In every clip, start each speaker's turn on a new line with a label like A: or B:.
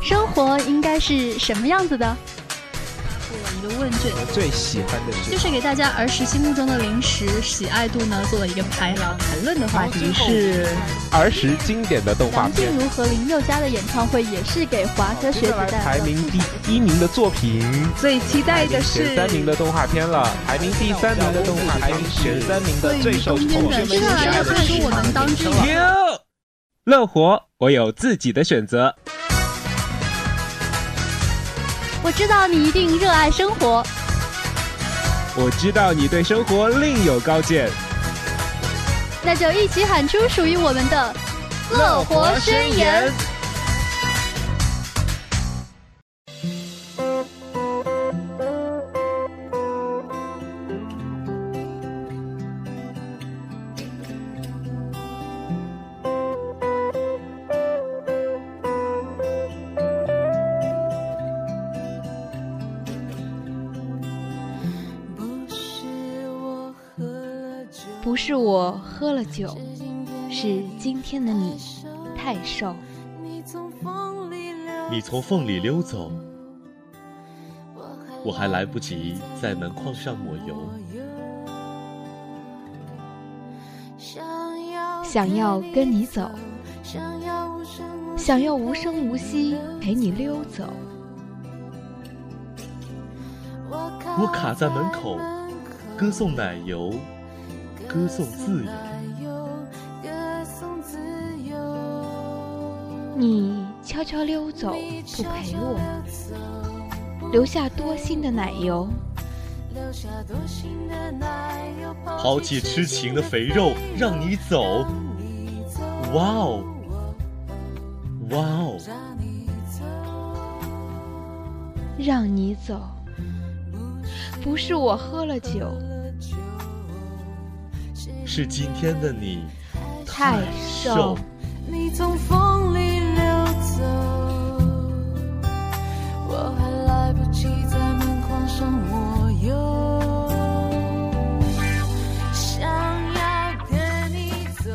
A: 生活应该是什么样子的？
B: 做了一个问卷，
C: 我最喜欢的是
B: 就是给大家儿时心目中的零食喜爱度呢做了一个排行。谈论的话题是
C: 儿时经典的动画
A: 梁
C: 片
A: 静。茹和林宥嘉的演唱会也是给华科学
C: 接
A: 子
C: 下来
A: 带来
C: 排
A: 了
C: 名第一名的作品，
D: 最期待的是
C: 前三名的动画片了，排名第三名的动画片是前三名的最受
B: 中
C: 宠若
B: 间的
C: 惊
B: 接下来要看出我能当之年。
C: 乐活，我有自己的选择。
A: 我知道你一定热爱生活，
C: 我知道你对生活另有高见。
A: 那就一起喊出属于我们的乐活宣言。
E: 不是我喝了酒，是今天的你太瘦。
F: 你从缝里溜走，我还来不及在门框上抹油。
E: 想要跟你走，想要无声无息陪你溜走。
F: 我卡在门口，歌颂奶油，歌颂自由。
E: 你悄悄溜走，不陪我，留下多心的奶油。
F: 抛弃痴情的肥肉，让你走。哇哦，哇哦，
E: 让你走，不是我喝了酒，
F: 是今天的你
E: 太
F: 瘦
E: 瘦。。
G: 你从风里溜走，我还来不及在门框上抹油。想要跟你走，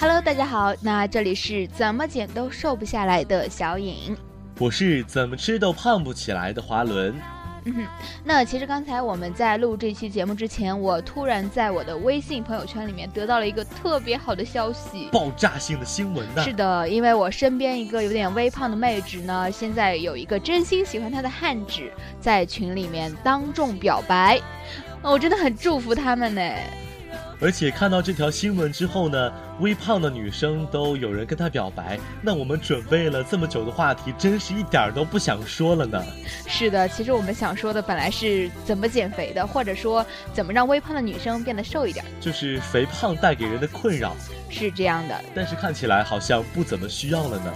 E: Hello，大家好，那这里是怎么减都瘦不下来的小颖。
F: 我是怎么吃都胖不起来的华伦。
E: 那其实刚才我们在录这期节目之前，我突然在我的微信朋友圈里面得到了一个特别好的消息。
F: 爆炸性的新闻呐、
E: 是的，因为我身边一个有点微胖的妹纸呢，现在有一个真心喜欢她的汉子在群里面当众表白，哦我真的很祝福他们呢。
F: 而且看到这条新闻之后呢，微胖的女生都有人跟她表白，那我们准备了这么久的话题，真是一点儿都不想说了呢。
E: 是的，其实我们想说的本来是怎么减肥的，或者说怎么让微胖的女生变得瘦一点，
F: 就是肥胖带给人的困扰，
E: 是这样的。
F: 但是看起来好像不怎么需要了呢。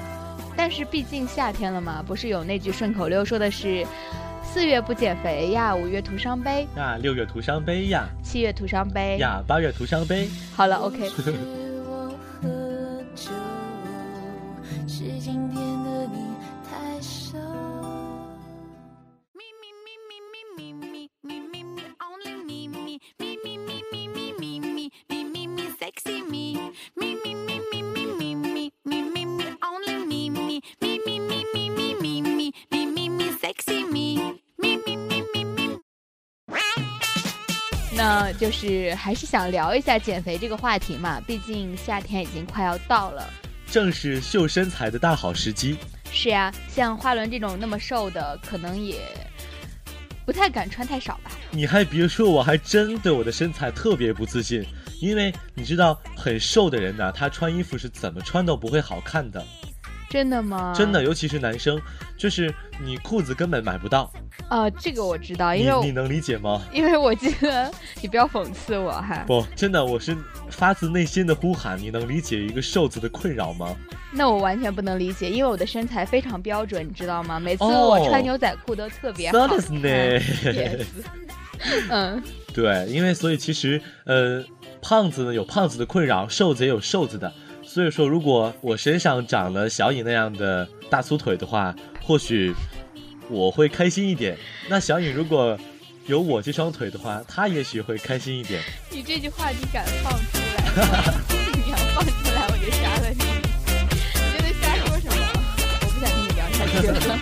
E: 但是毕竟夏天了嘛，不是有那句顺口溜说的是“四月不减肥呀，五月徒伤悲，
F: 呀，六月徒伤悲呀，
E: 七月徒伤悲”。
F: 呀，八月徒伤悲，
E: 好了，OK，
G: 是我喝了酒，是今天的你太瘦。
E: 那就是还是想聊一下减肥这个话题嘛，毕竟夏天已经快要到了。
F: 正是秀身材的大好时机。
E: 是呀，像花轮这种那么瘦的，可能也不太敢穿太少吧。
F: 你还别说，我还真对我的身材特别不自信，因为你知道，很瘦的人呐，他穿衣服是怎么穿都不会好看的，
E: 真的吗？
F: 真的，。尤其是男生，就是你裤子根本买不到，
E: 呃，这个我知道，因
F: 你
E: 为我
F: 你能理解吗？
E: 因为我记得，你不要讽刺我哈。
F: 不，真的，我是发自内心的呼喊，你能理解一个瘦子的困扰吗？
E: 那我完全不能理解，因为我的身材非常标准，你知道吗？每次
F: 哦
E: 我穿牛仔裤都特别好。
F: そうですね
E: Yes 嗯，
F: 对，因为所以其实呃，胖子呢有胖子的困扰，瘦子也有瘦子的。所以说，如果我身上长了小颖那样的大粗腿的话，或许我会开心一点。那小颖如果有我这双腿的话，她也许会开心一点。
E: 你这句话你敢放出来吗？ 你要放出来，我就杀了你！你这是瞎说什么？我不想听你聊下去。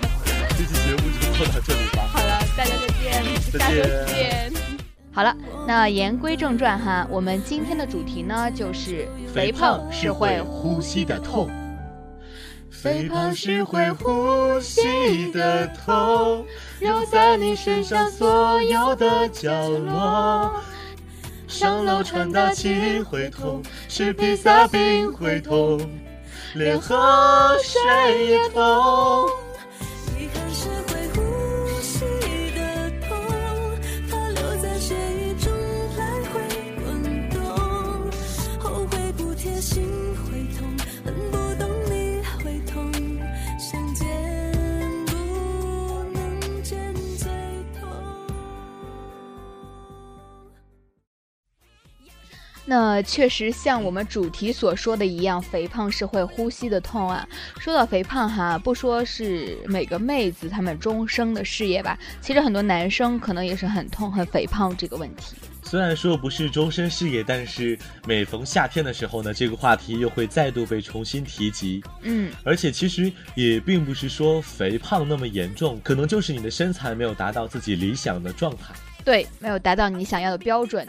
F: 这期节目就做到这里吧。
H: 好了，大家再见，下周
F: 再
H: 见。好了，那言归正传哈，我们今天的主题呢就是
F: 肥
H: 胖
F: 胖
H: 是
F: 是
H: 会
F: 会
H: 呼
F: 呼
H: 吸
F: 吸
H: 的
F: 的
H: 痛
F: 痛。
H: 肥
F: 肥
H: 胖
F: 胖
H: 是
F: 是
H: 会
F: 会呼吸的
H: 的痛
F: 痛，
H: 揉
F: 揉
H: 在
F: 在
H: 你
F: 你
H: 身
F: 身
H: 上
F: 上
H: 所
F: 所
H: 有
F: 有
H: 的
F: 的
H: 角
F: 角
H: 落
F: 落。
H: 上
F: 上
H: 楼
F: 楼
H: 穿
F: 穿
H: 大
F: 大
H: 气
F: 气
H: 会
F: 会
H: 痛
F: 痛，
H: 吃
F: 吃
H: 披
F: 披
H: 萨
F: 萨
H: 饼
F: 饼
H: 会
F: 会
H: 痛
F: 痛，
H: 连
F: 连
H: 喝
F: 喝
H: 水
F: 水
H: 也
F: 也
H: 痛
F: 痛。
G: 遗憾是会呼吸的痛，它留在血液中来回滚动。后悔不贴心会痛，恨不懂你会痛，想见不能见最痛。
H: 那确实像我们主题所说的一样，肥胖是会呼吸的痛啊。说到肥胖哈，不说是每个妹子她们终生的事业吧，其实很多男生可能也是很痛恨肥胖这个问题。
F: 虽然说不是终身事业，但是每逢夏天的时候呢，这个话题又会再度被重新提及。
H: 嗯，
F: 而且其实也并不是说肥胖那么严重，可能就是你的身材没有达到自己理想的状态。
H: 对，没有达到你想要的标准。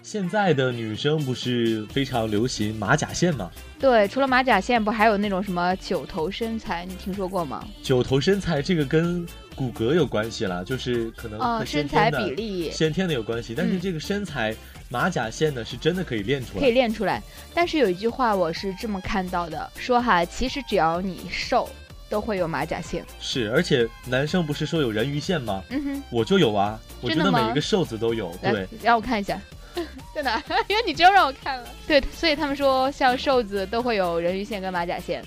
F: 现在的女生不是非常流行马甲线吗？
H: 对，除了马甲线，不还有那种什么九头身材，你听说过吗？
F: 九头身材这个跟骨骼有关系啦，就是可能
H: 嗯，
F: 和
H: 身
F: 先
H: 材
F: 天的、
H: 比例嗯
F: 先天的有关系，但是这个身材、马甲线呢是真的可以练出
H: 可以
F: 来。
H: 练出来。但是有一句话我是这么看到的，说哈，其实只要你瘦，都会有马甲线。
F: 是，而且男生不是说有人鱼线吗？
H: 嗯哼，
F: 我就有啊，我觉
H: 真的
F: 得
H: 吗
F: 每一个瘦子都有。
H: 来
F: 对，
H: 让我看一下。 在哪？ 因为你真让我看了。对，所以他们说像瘦子都会有人鱼线跟马甲线。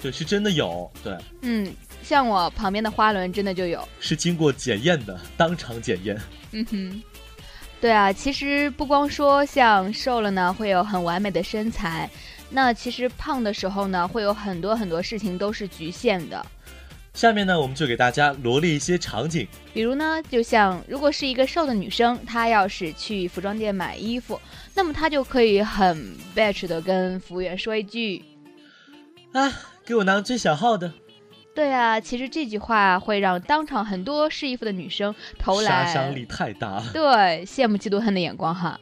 F: 对，是真的有，对，
H: 嗯，像我旁边的花轮真的就有。
F: 是经过检验的，当场检验。
H: 嗯哼，对啊，其实不光说像瘦了呢会有很完美的身材，那其实胖的时候呢会有很多很多事情都是局限的。
F: 下面呢，我们就给大家罗列一些场景。
H: 比如呢，就像如果是一个瘦的女生，她要是去服装店买衣服，那么她就可以很 bitch 的跟服务员说一句
F: 哎，给我拿最小号的，：“
H: 对啊，其实这句话会让当场很多试衣服的女生投来
F: 杀伤力太大了。
H: 对羡慕嫉妒恨的眼光哈。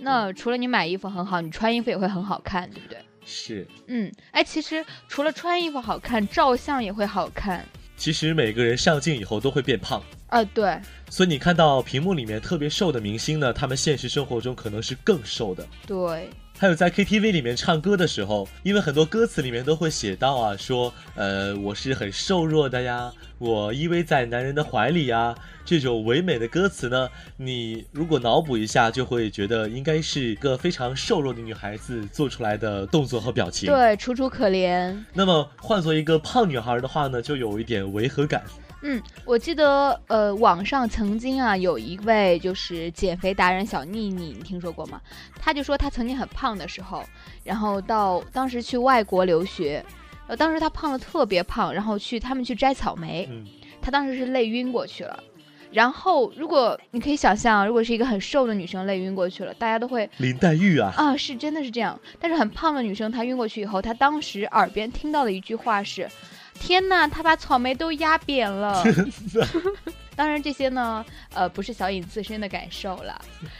H: 那除了你买衣服很好，你穿衣服也会很好看，对不对？
F: 是，
H: 嗯，哎，其实除了穿衣服好看，照相也会好看
F: 其实每个人上镜以后都会变胖。
H: 啊。对，
F: 所以你看到屏幕里面特别瘦的明星呢，他们现实生活中可能是更瘦的。
H: 对，
F: 还有在 KTV 里面唱歌的时候，因为很多歌词里面都会写到啊，说呃我是很瘦弱的呀，我依偎在男人的怀里呀，这种唯美的歌词呢，你如果脑补一下，就会觉得应该是一个非常瘦弱的女孩子做出来的动作和表情。
H: 对，楚楚可怜。
F: 那么换做一个胖女孩的话呢，就有一点违和感。
H: 嗯，我记得呃，网上曾经啊有一位就是减肥达人小妮妮，你听说过吗？她就说她曾经很胖的时候，然后到当时去外国留学，呃，当时她胖的特别胖，然后去他们去摘草莓，
F: 嗯，
H: 她当时是累晕过去了。然后如果你可以想象，如果是一个很瘦的女生累晕过去了，大家都会
F: 林黛玉啊，
H: 啊，是真的是这样。但是很胖的女生，她晕过去以后，她当时耳边听到的一句话是：“天呐，她把草莓都压扁了。
F: 的”
H: 当然，这些呢，呃，不是小颖自身的感受啦，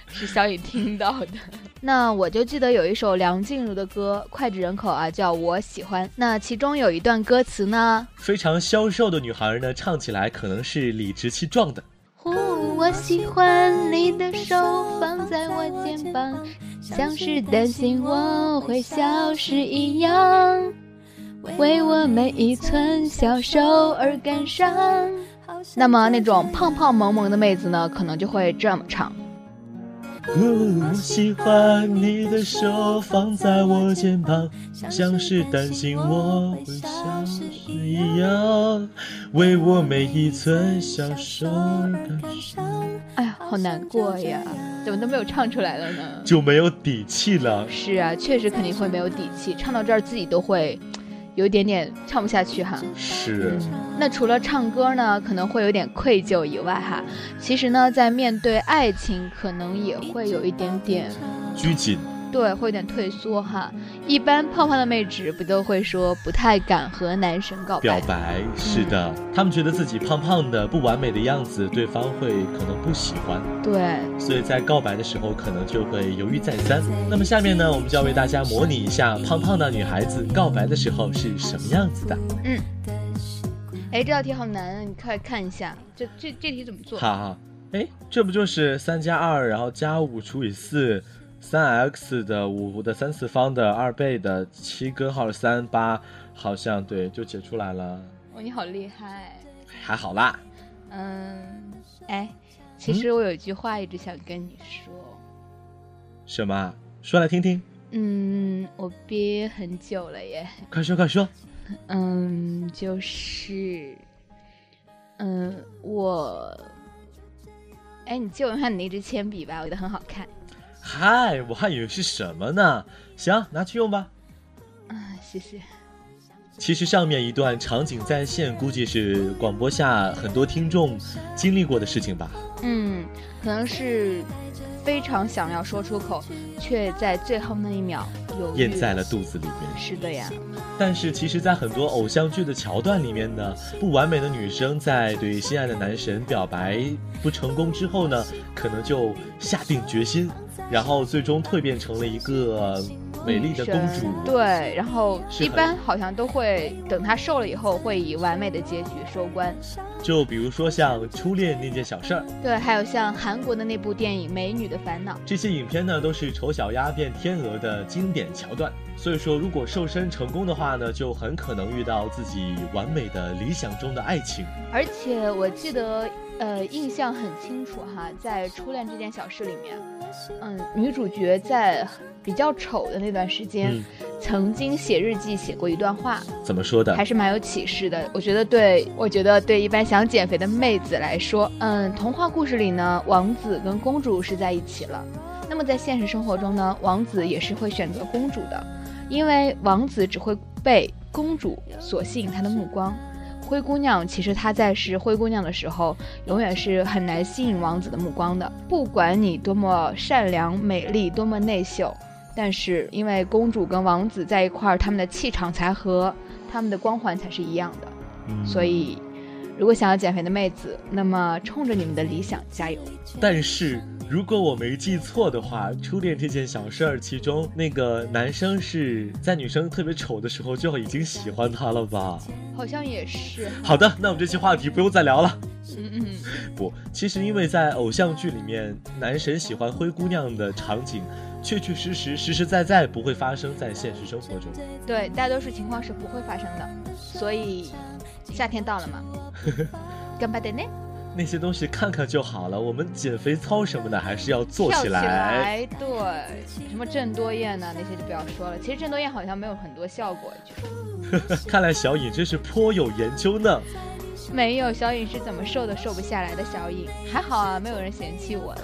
H: 是小颖听到的。 那我就记得有一首梁静茹的歌，脍炙人口啊，叫《我喜欢》。那其中有一段歌词呢，
F: 非常消瘦的女孩呢，唱起来可能是理直气壮的。
E: 呼，我喜欢你的手放在我肩膀，
G: 像
E: 像
G: 是
E: 是
G: 担
E: 担
G: 心
E: 心
G: 我
E: 我
G: 会
E: 会
G: 消
E: 消
G: 失
E: 失
G: 一
E: 一
G: 样，
E: 样，
G: 为
E: 为
G: 我
E: 我每
G: 每一
E: 一
G: 寸
E: 寸
G: 小
E: 小
G: 手
E: 手
G: 而
E: 而
G: 感
E: 感
G: 伤
E: 伤。
H: 那么那种胖胖萌萌的妹子呢，可能就会这么唱。
F: 我喜欢你的手放在我肩膀，像是担心我会消失一样，为我每一寸小手感伤，
H: 哎呀，好难过呀，怎么都没有唱出来了呢？
F: 就没有底气了。
H: 是啊，确实肯定会没有底气，唱到这儿自己都会有一点点唱不下去哈。
F: 是，
H: 那除了唱歌呢，可能会有点愧疚以外哈，其实呢，在面对爱情，可能也会有一点点
F: 拘谨，
H: 对，会有点退缩哈。一般胖胖的妹纸不都会说不太敢和男神告白？
F: 表白是的，他们觉得自己胖胖的、不完美的样子，对方会可能不喜欢，
H: 对，
F: 所以在告白的时候可能就会犹豫再三。那么下面呢，我们就要为大家模拟一下胖胖的女孩子告白的时候是什么样子的。
H: 哎，这道题好难啊，你快看一下，这这这题怎么做？
F: 好好，哎，这不就是三加二，然后加五除以四，三 x 的五的三次方的二倍的七根号是三八，好像对，就解出来了，
H: 哦，你好厉害。
F: 还好啦。
H: 嗯，哎，
F: 嗯
H: 其实我有一句话一直想跟你说，
F: 什么啊？说来听听，
H: 嗯，我憋很久了耶，
F: 快说快说。
H: 嗯，就是，嗯，我，哎，你借我用下你那支铅笔吧，我觉得很好看。
F: 嗨，我还以为是什么呢？行，拿去用吧。
H: 嗯，谢谢。
F: 其实上面一段场景再现，估计是广播下很多听众经历过的事情吧。
H: 嗯，可能是非常想要说出口，却在最后那一秒犹豫
F: 咽在了肚子里面。
H: 是的呀，
F: 但是其实，在很多偶像剧的桥段里面呢，不完美的女生在对心爱的男神表白不成功之后呢，可能就下定决心，然后最终蜕变成了一个美丽的公主。
H: 女神对，然后
F: 是
H: 一
F: 很
H: 般好像都会等她瘦了以后，会以完美的结局收官。
F: 就比如说像初恋那件小事儿，
H: 对，还有像韩国的那部电影《美女的烦恼》，
F: 这些影片呢都是丑小鸭变天鹅的经典桥段。所以说，如果瘦身成功的话呢，就很可能遇到自己完美的理想中的爱情。
H: 而且我记得，呃，印象很清楚哈，在《初恋这件小事》里面，嗯，女主角在比较丑的那段时间，
F: 嗯
H: 曾经写日记写过一段话，
F: 怎么说的
H: 还？是蛮有启示的。我觉得对，我觉得对一般想减肥的妹子来说，嗯，童话故事里呢，王子跟公主是在一起了。那么在现实生活中呢，王子也是会选择公主的，因为王子只会被公主所吸引他的目光。灰姑娘其实她在是灰姑娘的时候，永远是很难吸引王子的目光的。不管你多么善良、美丽，多么内秀，但是因为公主跟王子在一块儿，他们的气场才合，他们的光环才是一样的。
F: 嗯
H: 所以，如果想要减肥的妹子，那么冲着你们的理想加油！
F: 但是如果我没记错的话，《初恋这件小事儿》其中那个男生是在女生特别丑的时候就已经喜欢她了吧？
H: 好像也是，
F: 好的，那我们这期话题不用再聊了。
H: 嗯嗯，
F: 不，其实因为在偶像剧里面，男神喜欢灰姑娘的场景，确确实实、实实在在不会发生在现实生活中。
H: 对，大多数情况是不会发生的。所以，夏天到了 嘛，干巴得呢，
F: 那些东西看看就好了，我们减肥操什么的还是要做
H: 跳
F: 起来。
H: 来，对，什么郑多燕呐、那些就不要说了。其实郑多燕好像没有很多效果，据说。
F: 看来小颖真是颇有研究呢。
H: 没有小颖是怎么瘦都瘦不下来的小颖，还好啊，没有人嫌弃我了。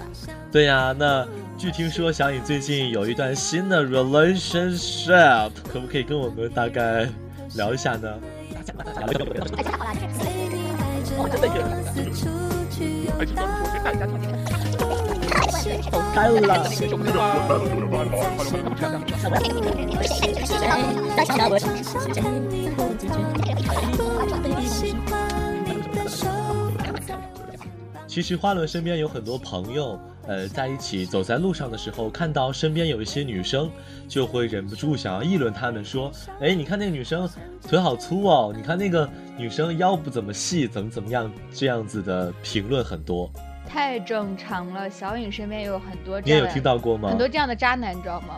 F: 对呀、那据听说小颖最近有一段新的 relationship，可不可以跟我们大概聊一下呢？开了。其实花轮身边有很多朋友，呃，在一起走在路上的时候，看到身边有一些女生，就会忍不住想要议论她们，说：“哎，你看那个女生腿好粗哦，你看那个女生腰不怎么细，怎么怎么样。”这样子的评论很多，
H: 太正常了，小颖身边也有很多
F: 你
H: 这
F: 也
H: 样
F: 有
H: 的
F: 听到过吗
H: 很？多这样的渣男，你知道吗？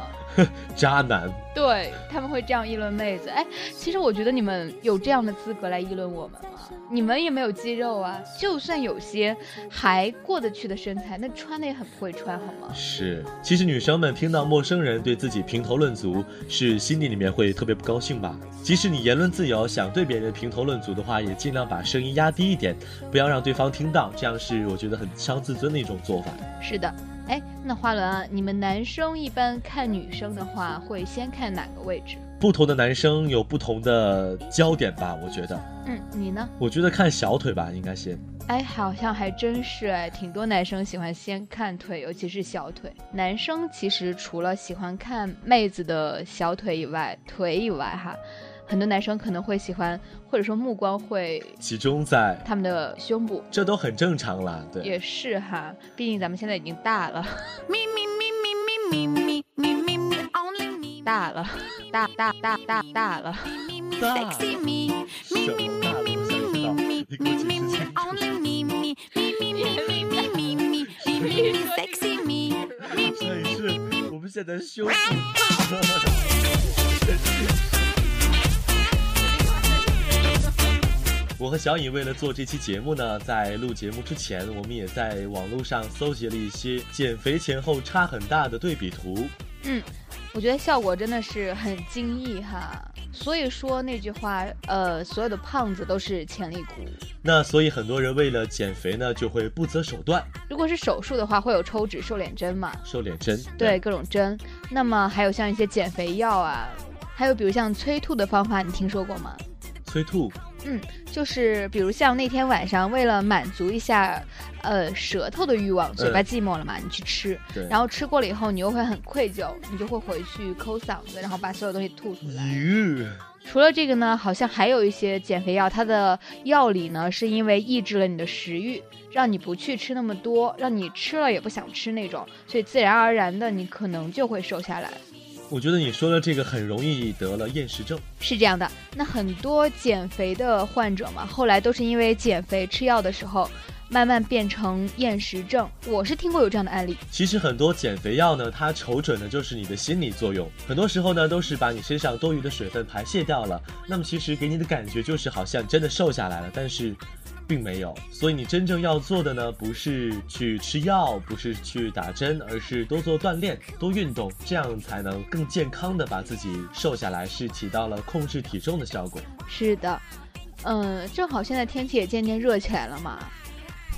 F: 渣男，
H: 对他们会这样议论妹子。哎，其实我觉得你们有这样的资格来议论我们吗？你们也没有肌肉啊，就算有些还过得去的身材，那穿的也很不会穿，好吗？
F: 是，其实女生们听到陌生人对自己评头论足，是心底里面会特别不高兴吧。即使你言论自由，想对别人评头论足的话，也尽量把声音压低一点，不要让对方听到，这样是我觉得很伤自尊的一种做法。
H: 是的。哎，那花轮啊，你们男生一般看女生的话，会先看哪个位置？
F: 不同的男生有不同的焦点吧，我觉得，
H: 嗯，你呢？
F: 我觉得看小腿吧，应该先。
H: 哎，好像还真是哎，挺多男生喜欢先看腿，尤其是小腿。男生其实除了喜欢看妹子的小腿以外，腿以外哈，很多男生可能会喜欢，或者说目光会
F: 集中在，
H: 他们的胸部，
F: 这都很正常啦，对。
H: 也是哈，毕竟咱们现在已经大了，
G: Me, me, me, me, me, me, me, me, me, me, only me.
H: 大了，大大大大大了。
G: Me, me, me,
F: 大
G: sexy me.
F: 什么大陆想知道？你给我
G: Me,
F: 解
G: me,
F: 释
G: me,
F: 清楚。
G: only me, me, me, me, me, me, me, me, me, me, me, me, sexy me.
F: 摄影师，我们现在休息。 我和小颖为了做这期节目呢，在录节目之前，我们也在网络上搜集了一些减肥前后差很大的对比图。
H: 我觉得效果真的是很惊异哈。所以说那句话，呃，所有的胖子都是潜力股。
F: 那所以很多人为了减肥呢，就会不择手段，
H: 如果是手术的话，会有抽脂、瘦脸针嘛？
F: 瘦脸针。
H: 对，，各种针。那么还有像一些减肥药啊，还有比如像催吐的方法，你听说过吗？
F: 催吐。
H: 就是比如像那天晚上，为了满足一下，呃，舌头的欲望，嘴巴
F: 嗯
H: 寂寞了嘛，你去吃，
F: 对。
H: 然后吃过了以后，你又会很愧疚，你就会回去抠嗓子，然后把所有东西吐出来。
F: 哟
H: 除了这个呢，好像还有一些减肥药，它的药理呢是因为抑制了你的食欲，让你不去吃那么多，让你吃了也不想吃那种，所以自然而然的你可能就会瘦下来，
F: 我觉得你说的这个很容易得了厌食症。
H: 是这样的。那很多减肥的患者嘛，后来都是因为减肥吃药的时候，慢慢变成厌食症。我是听过有这样的案例，
F: 其实很多减肥药呢，它瞅准的就是你的心理作用，很多时候呢都是把你身上多余的水分排泄掉了，那么其实给你的感觉就是好像真的瘦下来了，但是。并没有，所以你真正要做的呢，不是去吃药，不是去打针，而是多做锻炼，多运动，这样才能更健康的把自己瘦下来，是起到了控制体重的效果。
H: 是的，嗯，正好现在天气也渐渐热起来了嘛，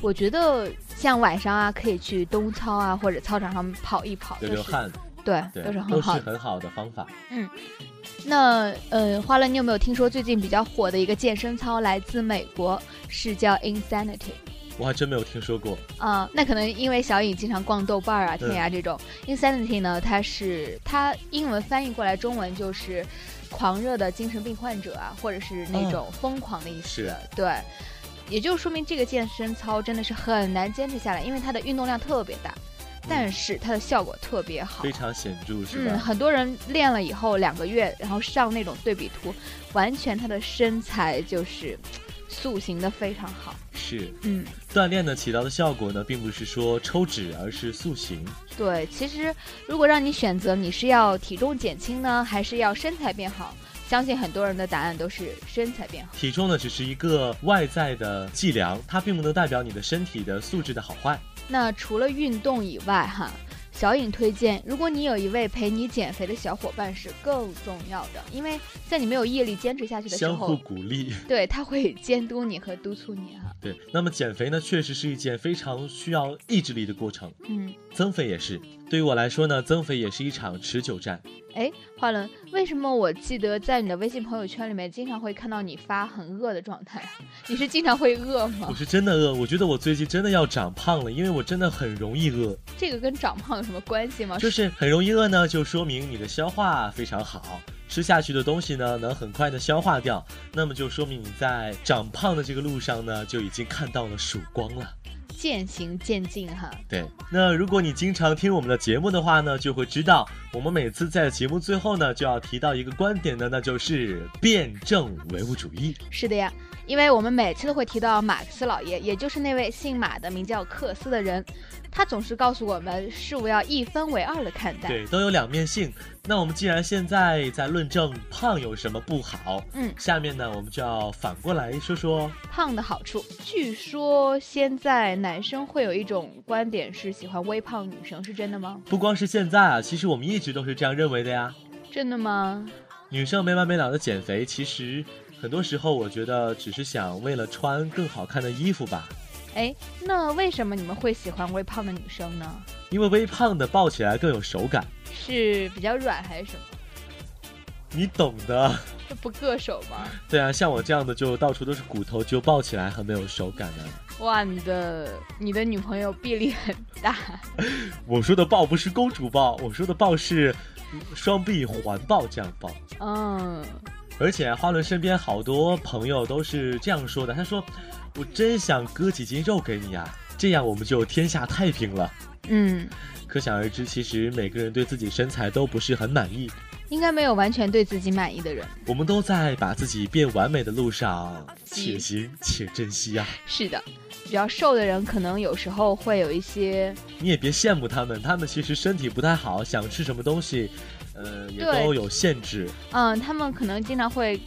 H: 我觉得像晚上啊，可以去冬操啊或者操场上跑一跑，
F: 流
H: 就
F: 流
H: 是
F: 汗，
H: 对，
F: 对，
H: 都是很
F: 都是
H: 好的。
F: 很好的方法。
H: 那呃，花乐，你有没有听说最近比较火的一个健身操来自美国，是叫 Insanity？
F: 我还真没有听说过，
H: 啊、那可能因为小颖经常逛豆瓣儿啊、天涯这种。Insanity 呢，它是它英文翻译过来，中文就是狂热的精神病患者啊，或者是那种疯狂的意思。
F: 嗯是
H: 对，也就说明这个健身操真的是很难坚持下来，因为它的运动量特别大，但是它的效果特别好
F: 嗯非。常显著是
H: 嗯，
F: 吧？
H: 很多人练了以后两个月，然后上那种对比图，完全他的身材就是塑形的非常好。
F: 是。
H: 嗯，
F: 锻炼呢起到的效果呢，并不是说抽脂，而是塑形。
H: 对，其实如果让你选择，你是要体重减轻呢，还是要身材变好？相信很多人的答案都是身材变好。
F: 体重呢只是一个外在的计量，它并不能代表你的身体的素质的好坏。
H: 那除了运动以外，哈，小颖推荐，如果你有一位陪你减肥的小伙伴是更重要的，因为在你没有毅力坚持下去的时
F: 相互
H: 候，
F: 鼓励，
H: 对他会监督你和督促你啊。
F: 对。那么减肥呢，确实是一件非常需要意志力的过程，
H: 嗯。
F: 增肥也是。对于我来说呢，增肥也是一场持久战。
H: 哎，花轮，为什么我记得在你的微信朋友圈里面经常会看到你发很饿的状态啊？ 你是经常会饿
F: 我
H: 吗？
F: 是真的饿，我觉得我最近真的要长胖了，因为我真的很容易饿，
H: 这个跟长胖有什么关系吗？
F: 就是很容易饿呢，就说明你的消化非常好，吃下去的东西呢能很快的消化掉，那么就说明你在长胖的这个路上呢就已经看到了曙光了。
H: 渐行渐近哈。
F: 对，那如果你经常听我们的节目的话呢，就会知道我们每次在节目最后呢就要提到一个观点的，那就是辩证唯物主义。
H: 是的呀，因为我们每次都会提到马克思老爷，也就是那位姓马的名叫克斯的人，他总是告诉我们事物要一分为二的看待。
F: 对，都有两面性。那我们既然现在在论证胖有什么不好，
H: 嗯
F: 下面呢我们就要反过来说说
H: 胖的好处，据说现在男生会有一种观点是喜欢微胖女生，是真的吗？
F: 不光是现在啊，其实我们一直都是这样认为的呀。
H: 真的吗？
F: 女生没完没了的减肥，其实很多时候我觉得只是想为了穿更好看的衣服吧。
H: 哎，那为什么你们会喜欢微胖的女生呢？
F: 因为微胖的抱起来更有手感，
H: 是比较软还是什么？
F: 你懂的。
H: 这不硌手吗？
F: 对啊，像我这样的就到处都是骨头，就抱起来很没有手感啊。
H: 哇，你的你的女朋友臂力很大，
F: 我说的抱不是公主抱，我说的抱是双臂环抱这样抱。
H: 嗯，
F: 而且花轮身边好多朋友都是这样说的，他说：“我真想割几斤肉给你啊，这样我们就天下太平了。
H: 嗯，”
F: 可想而知，其实每个人对自己身材都不是很满意，
H: 应该没有完全对自己满意的人。
F: 我们都在把自己变完美的路上，且行且珍惜啊！
H: 是的，比较瘦的人可能有时候会有一些，
F: 你也别羡慕他们，他们其实身体不太好，想吃什么东西，呃，也
H: 对
F: 都有限制。
H: 嗯，他们可能经常会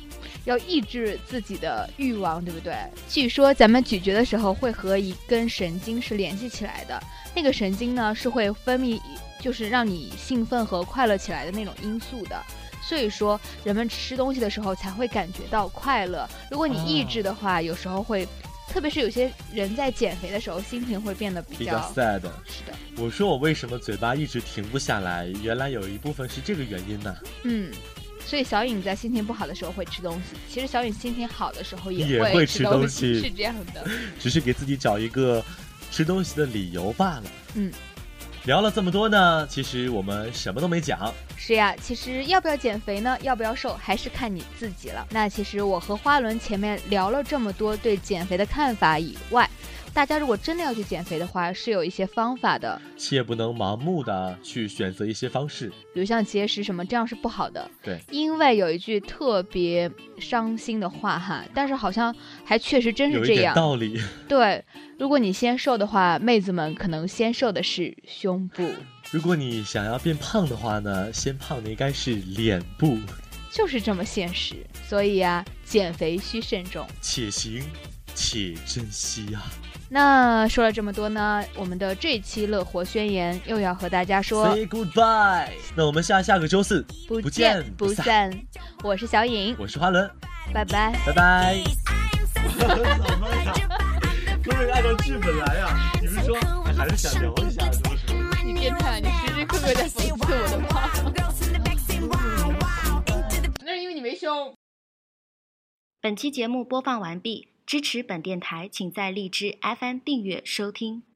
H: 要抑制自己的欲望，对不对？据说咱们咀嚼的时候会和一根神经是联系起来的，那个神经呢是会分泌，就是让你兴奋和快乐起来的那种因素的。所以说，人们吃东西的时候才会感觉到快乐。如果你抑制的话，有时候会，特别是有些人在减肥的时候，心情会变得比
F: 比
H: 较
F: 较 sad。
H: 是啊的，
F: 我说我为什么嘴巴一直停不下来，原来有一部分是这个原因呢、
H: 嗯。所以小颖在心情不好的时候会吃东西，其实小颖心情好的时候
F: 也
H: 会
F: 会
H: 吃
F: 吃
H: 东
F: 东西
H: 是这样的。
F: 只是给自己找一个吃东西的理由罢了。
H: 嗯，
F: 聊了这么多呢，其实我们什么都没讲。
H: 是呀，其实要不要减肥呢？要不要瘦，还是看你自己了。那其实我和花轮前面聊了这么多对减肥的看法以外，大家如果真的要去减肥的话，是有一些方法的，
F: 切不能盲目的去选择一些方式，
H: 比如像节食什么，这样是不好的。
F: 对，
H: 因为有一句特别伤心的话哈，但是好像还确实真是
F: 有一
H: 这
F: 点
H: 样。
F: 道理。
H: 对，如果你先瘦的话，妹子们可能先瘦的是胸部，
F: 如果你想要变胖的话呢，先胖的应该是脸部，
H: 就是这么现实。所以呀、减肥需慎重。
F: 且行且珍惜啊。
H: 那说了这么多呢，我们的这一期乐活宣言又要和大家说
F: Say goodbye。那我们下下个周四
H: 不
F: 不
H: 见
F: 见
H: 不
F: 不
H: 散。我是小颖，
F: 我是花轮，
H: 拜拜。
F: 拜 拜。怎么呀？可不可以按照剧本来呀、你们说哎还是想聊一下，是不是？
H: 你变态，你时时刻刻在讽刺我的话。那是因为你没胸。
I: 本期节目播放完毕，支持本电台，请在荔枝 FM 订阅收听。